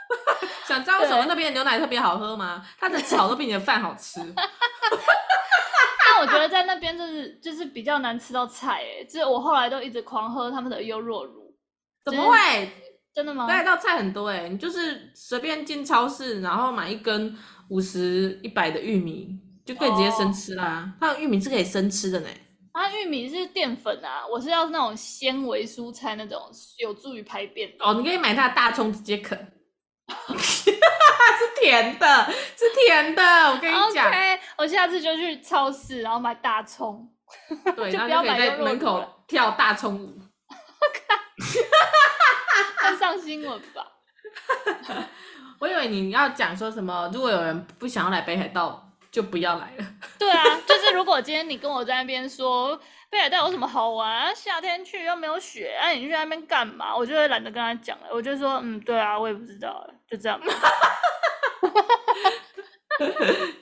S2: 想知道为什么
S1: 对
S2: 那边的牛奶特别好喝吗？它的草都比你的饭 好吃。
S1: 但我觉得在那边就是就是比较难吃到菜、欸，就是我后来都一直狂喝他们的优酪乳，
S2: 怎么会？
S1: 真的吗？
S2: 北海道菜很多哎、你就是随便进超市，然后买一根五十、一百的玉米，就可以直接生吃
S1: 哦
S2: 啦。它的玉米是可以生吃的呢、
S1: 啊，玉米是淀粉啊，我是要那种纤维蔬菜那种，有助于排便的。
S2: 哦，你可以买它的大葱直接啃， 是甜的，是甜的。我跟你讲
S1: 哦 OK，我下次就去超市，然后买大葱。
S2: 对，
S1: 就
S2: 然
S1: 不要
S2: 后就可
S1: 买
S2: 以在
S1: 优酪
S2: 门
S1: 乳
S2: 口
S1: 了
S2: 跳大葱舞。
S1: 会上新闻吧？
S2: 我以为你要讲说什么，如果有人不想要来北海道，就不要来了。
S1: 对啊，就是如果今天你跟我在那边说北海道有什么好玩啊，夏天去又没有雪，哎、你去那边干嘛？我就会懒得跟他讲了，我就说嗯，对啊，我也不知道，就这样 吧，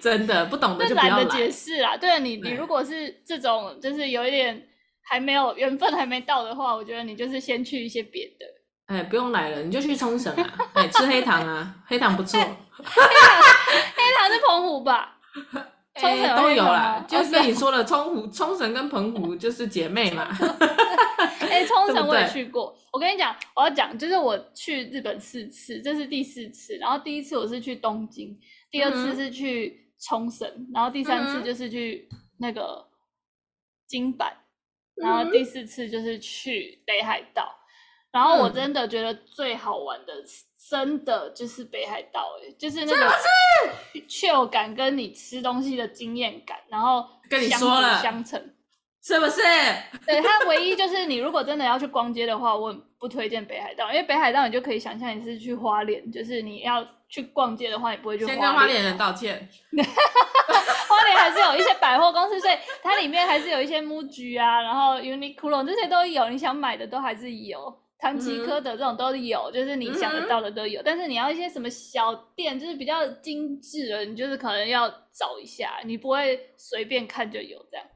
S2: 真的不懂的
S1: 就
S2: 就不
S1: 懒
S2: 要
S1: 得
S2: 来
S1: 解。释啦。对你，你
S2: 对
S1: 如果是这种就是有一点还没有缘分还没到的话，我觉得你就是先去一些别 的。
S2: 哎，不用来了，你就去冲绳啊， 哎，吃黑糖啊，黑糖不错，
S1: 黑糖是澎湖 吧？ 冲绳有
S2: 哎都有
S1: 黑
S2: 啦
S1: 糖吗。哦
S2: 就是跟你说了，冲湖、冲绳跟澎湖就是姐 妹嘛。
S1: 哎、冲
S2: 对
S1: 绳
S2: 不
S1: 我也
S2: 对
S1: 去过。我跟你讲，我要讲就是我去日本四次，这是第四次。然后第一次我是去东京，第二
S2: 嗯哼
S1: 次是去冲绳，然后第三
S2: 嗯
S1: 次
S2: 哼
S1: 就是去那个金板，
S2: 嗯
S1: 然后第四次就是去北海道。然后我
S2: 嗯
S1: 真的觉得最好玩的，真的就是北海道、欸，就是那个 chill 感跟你吃东西的经验感，然后
S2: 跟你
S1: 相
S2: 说
S1: 辅
S2: 了
S1: 相成。
S2: 是不是？
S1: 对，它唯一就是你如果真的要去逛街的话，我不推荐北海道，因为北海道你就可以想象你是去花莲，就是你要去逛街的话，你不会去
S2: 先
S1: 花
S2: 跟花
S1: 莲
S2: 莲人道歉。
S1: 花莲还是有一些百货公司，所以它里面还是有一些 MUJI 啊，然后 Uniqlo 这些都有，你想买的都还是有，唐吉诃德这种都有，就是你想
S2: 嗯
S1: 得到的都有。但是你要一些什么小店，就是比较精致的，你就是可能要找一下，你不会随便看就有这样。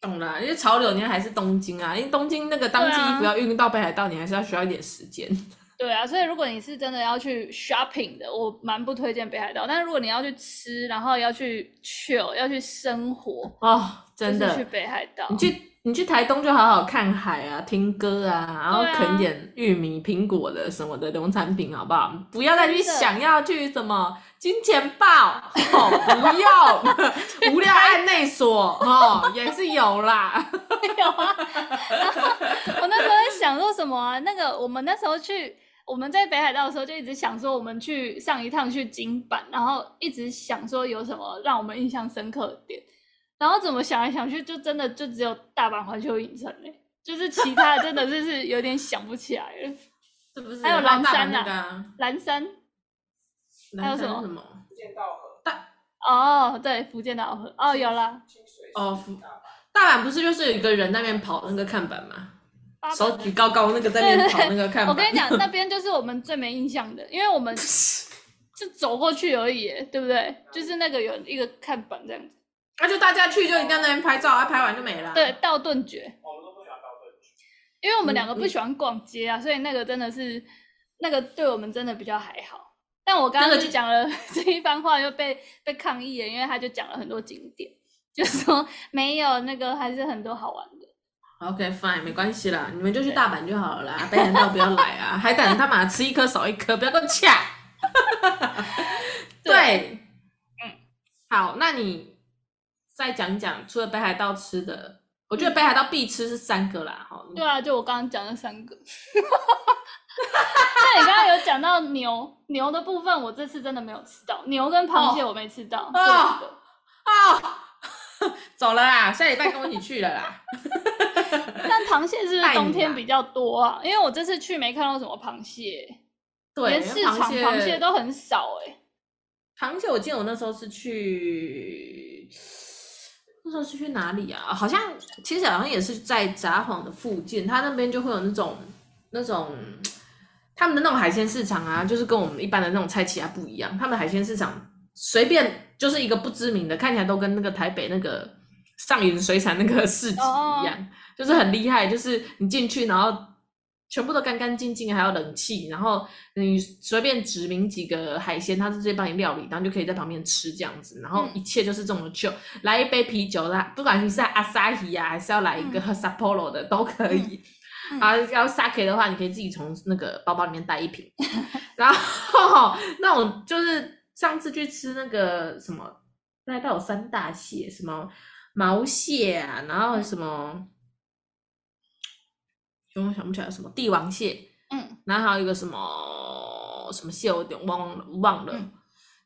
S2: 懂了，因为潮流你还是东京啊，因为东京那个当季
S1: 对啊
S2: 衣服要运到北海道，你还是要需要一点时间。
S1: 对啊，所以如果你是真的要去 shopping 的，我蛮不推荐北海道。但是如果你要去吃，然后要去 chill，要去生活，
S2: 哦，真
S1: 就是去
S2: 的，
S1: 北海 道。
S2: 你去你去台东就好好看海啊，听歌啊，然后
S1: 对啊
S2: 啃点玉米、苹果的什么的农产品，好不好？不要再去
S1: 真的
S2: 想要去什么金钱豹，哦，不要 无聊案内所，哦，也是有啦。
S1: 有啊。然后我那时候在想说什么啊？那个我们那时候去，我们在北海道的时候就一直想说，我们去上一趟去金板，然后一直想说有什么让我们印象深刻的点，然后怎么想来想去，就真的就只有大阪环球影城嘞、就是其他的真的就是有点想不起来了。
S2: 是不是？
S1: 还有蓝山
S2: 呐、
S1: 啊
S2: 那个啊，
S1: 蓝山还有
S2: 蓝山
S1: 什么
S2: 是什么？
S3: 见到河
S1: 哦，对，福建岛河哦，有啦，
S3: 清水
S2: 哦
S3: 寺
S2: 福
S3: 大阪
S2: 大阪不是就是有一个人在那边跑那个看板吗？
S1: 八
S2: 手
S1: 本
S2: 举高高那个在那边跑那个 看板。
S1: 我跟你讲， 那边就是我们最没印象的，因为我们是走过去而已耶，对不对？就是那个有一个看板这样子，
S2: 那就大家去就一定要那边拍照啊，拍完就没了。
S1: 对，，道顿崛，
S3: 哦我们都不喜欢到这里去。
S1: 因为我们
S2: 嗯
S1: 两个不喜欢逛街啊，所以那个真的是那个对我们真的比较还好。但我刚
S2: 那
S1: 刚
S2: 个
S1: 就
S2: 就
S1: 讲了 这一番话，就被被抗议了，因为他就讲了很多景点，就说没有那个还是很多好玩的。
S2: OK fine，没关系啦，你们就去大阪就好了啦，北海道不要来 啊，海胆他妈吃一颗少一颗，不要跟我 抢。
S1: 对
S2: 对，嗯，好，那你再讲一讲，除了北海道吃的，我觉得北海道必吃是三个啦，哈，
S1: 对啊，就我刚刚讲的三个。 那你刚刚有讲到牛牛的部分，我这次真的没有吃到牛跟螃蟹，我没吃到。对
S2: 哦
S1: 对
S2: 哦，走了啦，下礼拜跟我一起去了啦。
S1: 但螃蟹是不
S2: 带
S1: 是
S2: 你
S1: 冬天
S2: 啦
S1: 比较多啊？因为我这次去没看到什么螃蟹，
S2: 对，
S1: 连
S2: 因为
S1: 市场螃蟹都很少哎、
S2: 螃蟹，我记得我那时候是去，那时候是去哪里啊？好像其实好像也是在札幌的附近，它那边就会有那种那种他们的那种海鲜市场啊，就是跟我们一般的那种菜市啊不一样。他们海鲜市场随便就是一个不知名的，看起来都跟那个台北那个上云水产那个市集一样，就是很厉害。就是你进去，然后全部都干干净净，还有冷气，然后你随便指明几个海鲜，他直接帮你料理，然后就可以在旁边吃这样子。然后
S1: 嗯
S2: 一切就是这么 chill，、来一杯啤酒啦，不管你是阿萨希啊，还是要来一个
S1: 嗯
S2: 喝 Sapporo 的都可以。
S1: 嗯
S2: 啊，要 sake 的话，你可以自己从那个包包里面 带一瓶。然后那我就是上次去吃那个什么，那一道有三大蟹，什么毛蟹啊，然后什么，因为我想不起来什么帝王蟹，
S1: 嗯，
S2: 然后还有一个什么什么蟹，我有点忘了忘了。
S1: 嗯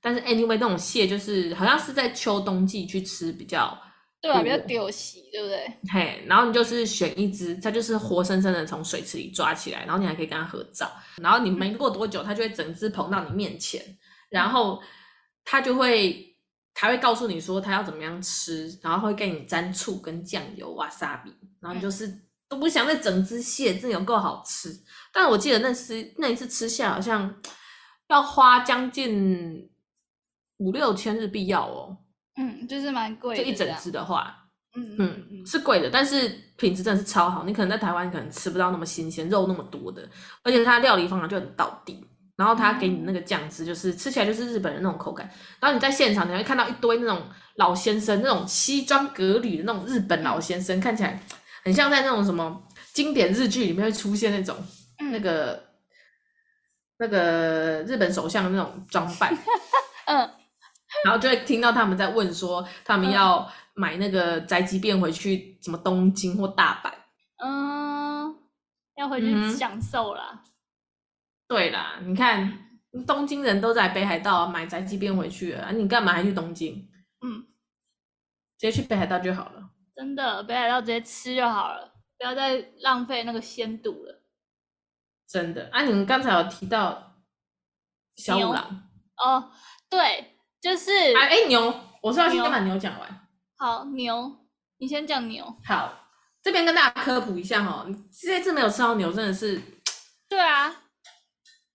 S2: 但是 anyway，那种蟹就是好像是在秋冬季去吃比较
S1: 对啊，比较
S2: 多
S1: 丢席，对不对？
S2: 嘿，然后你就是选一只，它就是活生生的从水池里抓起来，然后你还可以跟它合照，然后你没过多久，它就会整只捧到你面前，然后它就会它会告诉你说它要怎么样吃，然后会给你沾醋跟酱油、哇沙比，然后你就是、都不想那整只蟹真的有够好吃，但我记得那次那一次吃下好像要花将近五六千日币要哦，
S1: 嗯，就是蛮贵
S2: 就
S1: 的
S2: 一整
S1: 这样
S2: 只的话，
S1: 嗯嗯
S2: 嗯，是贵的，但是品质真的是超好。你可能在台湾可能吃不到那么新鲜肉那么多的，而且它料理方法就很道地。然后它给你那个酱汁，就是吃起来就是日本人那种口感。然后你在现场你会看到一堆那种老先生，那种西装革履的那种日本老先生，看起来很像在那种什么经典日剧里面会出现那种
S1: 嗯
S2: 那个那个日本首相的那种装扮。
S1: 嗯，
S2: 然后就会听到他们在问说，他们
S1: 嗯
S2: 要买那个宅急便回去，什么东京或大阪。
S1: 嗯，要回
S2: 嗯
S1: 去
S2: 哼
S1: 享受啦。
S2: 对啦，你看东京人都在北海道买啊宅急便回去了，啊你干嘛还去东京？
S1: 嗯，
S2: 直接去北海道就好了。
S1: 真的北海道直接吃就好了，不要再浪费那个鲜肚了。
S2: 真的。啊，你们刚才有提到小
S1: 牛
S2: 五郎，
S1: 哦，对，就是、
S2: 啊，哎、牛，我是要先
S1: 牛
S2: 把牛讲完。
S1: 好牛，你先讲牛。
S2: 好，这边跟大家科普一下哈、哦，这次没有吃到牛真的是
S1: 对啊，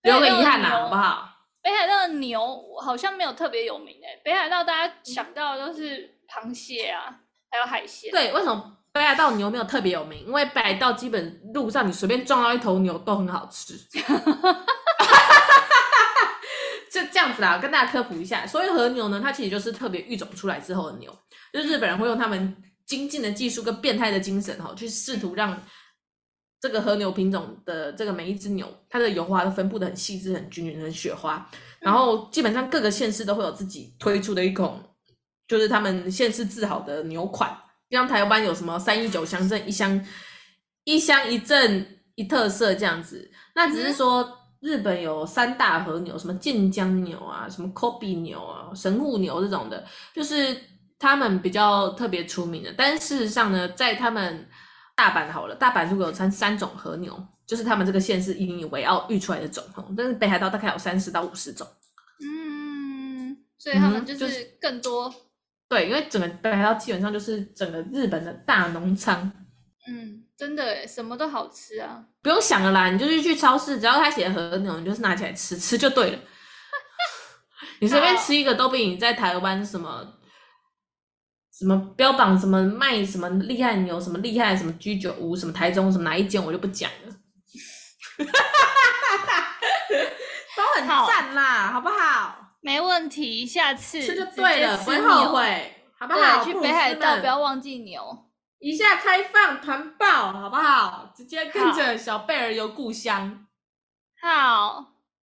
S1: 北海
S2: 留个
S1: 道的
S2: 遗憾呐、
S1: 牛
S2: 好不好？
S1: 北海道的牛我好像没有特别有名诶、北海道大
S2: 嗯
S1: 家想到的都是螃蟹啊，还有海鲜。
S2: 对，为什么北海道牛没有特别有名？因为北海道基本路上你随便撞到一头牛都很好吃。 就这样子啦，跟大家科普一下，所以和牛呢，它其实就是特别育种出来之后的牛，就是日本人会用他们精进的技术跟变态的精神哈、哦，去试图让这个和牛品种的这个每一只牛，它的油花都分布的很细致、很均匀、很雪花，然后基本上各个县市都会有自己推出的一种，就是他们县市自豪的牛款，就像台湾有什么三一九乡镇一乡一乡一镇一特色这样子，那只是说日本有三大和牛，什么晋江牛啊，什么 Kobe 牛啊，神户牛这种的，就是他们比较特别出名的。但事实上呢，在他们大阪好了，大阪如果有三三种和牛，就是他们这个县是引以为傲育出来的种哦，但是北海道大概有三十到五十种。
S1: 嗯，所以他们
S2: 嗯
S1: 就
S2: 就是
S1: 更多，
S2: 对，因为整个北海道基本上就是整个日本的大农场，
S1: 嗯，真的诶、什么都好吃啊。
S2: 不用想了啦，你就是去超市，只要它写和牛，你就是拿起来吃，吃就对了。 你随便吃一个都比你在台湾什么什么标榜什么卖什么厉害牛什么厉害什么居酒屋什么台中什么哪一间我就不讲了， 都很赞啦，好不好？
S1: 没问题，下次
S2: 吃就
S1: 直
S2: 对
S1: 接
S2: 了，
S1: 吃
S2: 不会后
S1: 牛。
S2: 悔，好不好？
S1: 对，去
S2: 布鲁
S1: 北
S2: 斯
S1: 海道
S2: 们
S1: 不要忘记牛。
S2: 一下开放团报，好不好？直接跟着小贝儿游故乡。
S1: 好，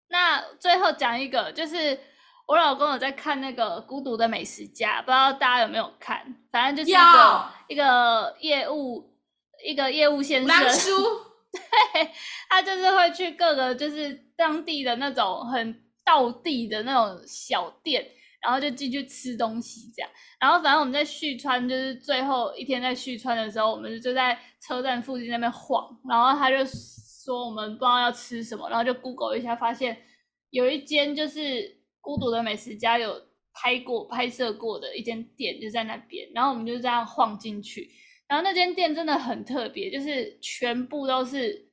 S1: 那最后讲一个，就是我老公有在看那个《孤独的美食家》，不知道大家有没有看？反正就是一个一个业务，一个业务先
S2: 狼
S1: 生，
S2: 叔，
S1: 他就是会去各个就是当地的那种很道地的那种小店，然后就进去吃东西这样。然后反正我们在旭川，就是最后一天在旭川的时候，我们就在车站附近那边晃，然后他就说我们不知道要吃什么，然后就 Google 一下，发现有一间就是《孤独的美食家》有拍过拍摄过的一间店，就在那边，然后我们就这样晃进去，然后那间店真的很特别，就是全部都是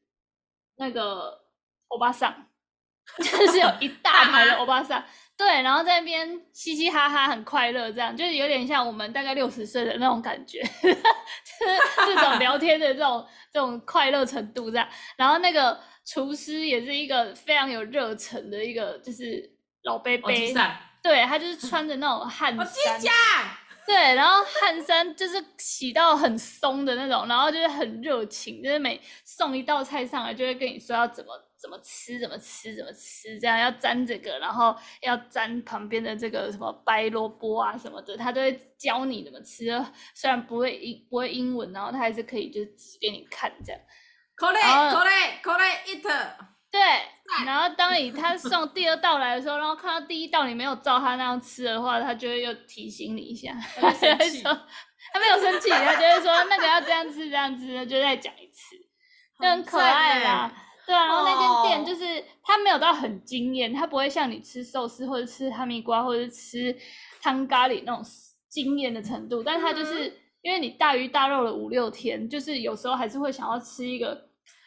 S1: 那个欧巴桑， 就是有一大排的欧巴桑，对，然后在那边嘻嘻哈哈，很快乐，这样就是有点像我们大概六十岁的那种感觉， 就是这种聊天的这种这种快乐程度这样。然后那个厨师也是一个非常有热忱的一个，哦就是啊老贝
S2: 我机
S1: 贝，
S2: 长，
S1: 对他 就是穿着那种汗
S2: 我机
S1: 衫，
S2: 长，
S1: 对，然后汗衫就是洗到很松的那种，然后就是很热情，就是每送一道菜上来就会跟你说要怎么怎么吃，怎么吃，怎么吃，这样要沾这个，然后要沾旁边的这个什么白萝卜啊什么的，他都会教你怎么吃。虽然不会英不会英文，然后他还是可以就是指给你看这样。
S2: 口嘞
S1: 然后
S2: 口嘞口嘞，it。
S1: 对，然后当你他送第二道来的时候，然后看到第一道你没有照他那样吃的话，他就会又提醒你一下，他
S2: 他会
S1: 就
S2: 生
S1: 会
S2: 气
S1: 说他没有生气，他就会说那个要这样吃这样吃，就再讲一次，就很可爱啦。对啊，然后那间店就是它没有到很惊艳，它不会像你吃寿司或者吃哈密瓜或者吃汤咖喱那种惊艳的程度，但它就是、因为你大鱼大肉了五六天，就是有时候还是会想要吃一个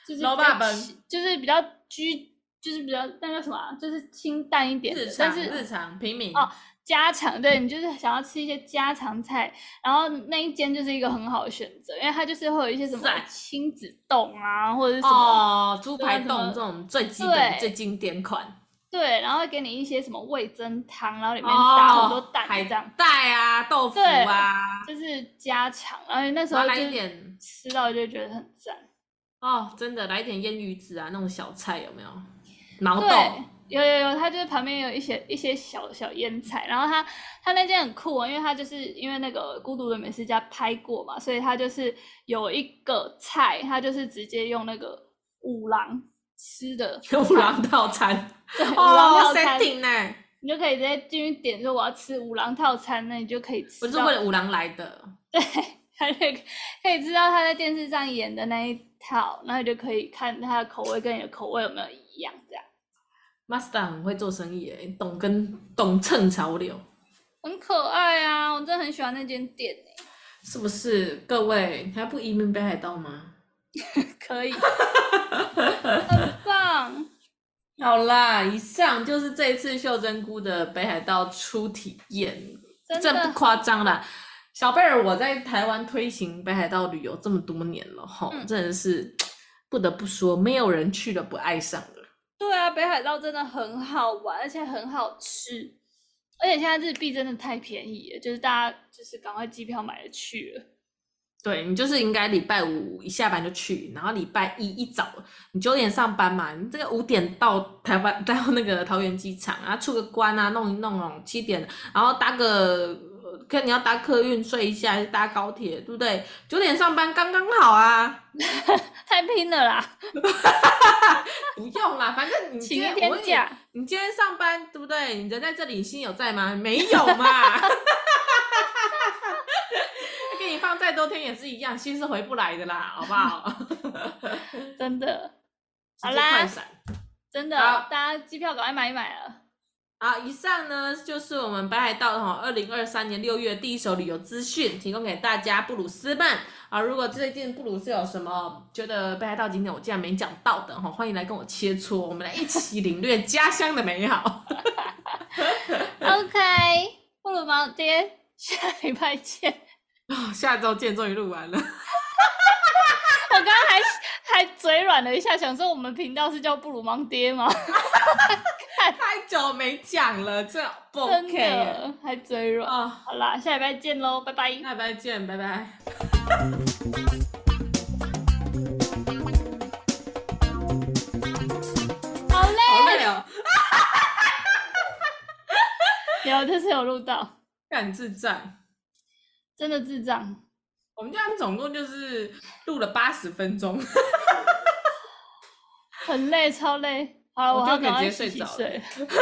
S1: 就是比较
S2: 老爸本
S1: 清就是比较居就是比较那叫什么啊、就是清淡一点的
S2: 日，常
S1: 但是
S2: 日常平民
S1: 哦家常，对你就是想要吃一些家常菜，然后那一间就是一个很好的选择，因为它就是会有一些什么
S2: 赞
S1: 亲子冻啊，或者是什么、
S2: 哦，猪排
S1: 对啊
S2: 冻
S1: 什么
S2: 这种最基本
S1: 对
S2: 最经典款，
S1: 对，然后会给你一些什么味噌汤，然后里面
S2: 哦
S1: 打很多蛋
S2: 海
S1: 这样，
S2: 带啊，豆腐
S1: 对
S2: 啊，
S1: 就是家常，然后那时
S2: 然
S1: 候
S2: 后
S1: 就
S2: 来一
S1: 是
S2: 点
S1: 吃到就觉得很赞。
S2: 哦，真的来一点腌鱼子啊，那种小菜有没有？毛
S1: 对
S2: 豆，，
S1: 有有有，它就是旁边有一些一些小小腌菜，然后它它那间很酷哦，因为它就是因为那个《孤独的美食家》拍过嘛，所以它就是有一个菜，它就是直接用那个五郎吃的
S2: 五郎套餐，
S1: 对五郎套餐，
S2: 哦 setting 呢？
S1: 你就可以直接进去点说我要吃五郎套餐，那你就可以吃
S2: 我是
S1: 到
S2: 为了五郎来的。
S1: 对， 他就可以知道他在电视上演的那一套，然后你就可以看他的口味跟你的口味有没有一样，这样
S2: Master 很会做生意耶，懂跟懂蹭潮流，
S1: 很可爱啊！我真的很喜欢那间店欸
S2: 是不是？各位还不移民北海道吗？
S1: 可以， 很棒。
S2: 好啦，以上就是这一次袖珍菇的北海道初体验，
S1: 真
S2: 这不
S1: 的，
S2: 夸张啦。小贝尔，我在台湾推行北海道旅游这么多年了，吼，
S1: 嗯
S2: 真的是不得不说，没有人去了不爱上的。
S1: 对啊，北海道真的很好玩，而且很好吃，而且现在日币真的太便宜了，就是大家就是赶快机票买了去了。
S2: 对你就是应该礼拜五一下班就去，然后礼拜一一早你九点上班嘛，你这个五点到台湾 到那个桃园机场啊，出个关啊，弄一弄哦，七点，然后搭个呃看你要搭客运睡一下，还是搭高铁，对不对？九点上班刚刚好啊，
S1: 太拼了啦，
S2: 不用啦，反正你今
S1: 请一
S2: 天我问
S1: 天
S2: 你
S1: 假。
S2: 你今天上班对不对？你人在这里，你心有在吗？没有 嘛。 给你放再多天也是一样，心是回不来的啦，好不好？
S1: 真的，好
S2: 直接
S1: 啦
S2: 快闪。
S1: 真的，
S2: 好
S1: 大家机票赶快买一啊买了。
S2: 好，以上呢就是我们北海道哈二零二三年六月第一手旅游资讯，提供给大家布鲁斯曼啊。如果最近布鲁斯有什么觉得北海道景点我竟然没讲到的哈，欢迎来跟我切磋，我们来一起领略家乡的美好。 嗯
S1: OK，布鲁毛爹，下礼拜见。
S2: 哦下周见，终于录完了。
S1: 我刚刚还还嘴软了一下，想说我们频道是叫布鲁芒爹吗？
S2: 太久没讲了，这 不
S1: 真
S2: OK 耶
S1: 的还嘴软。
S2: 啊！
S1: 好啦，下礼拜见喽，拜拜。
S2: 那拜拜见，拜拜。
S1: 好嘞，
S2: 好累哦，
S1: 有这次有录到，
S2: 干智障。
S1: 真的智障。
S2: 我们这样总共就是录了八十分钟，
S1: 很累，超累。好了，
S2: 我
S1: 我
S2: 就
S1: 要
S2: 可以
S1: 赶快
S2: 直接
S1: 洗洗
S2: 睡着了
S1: 睡。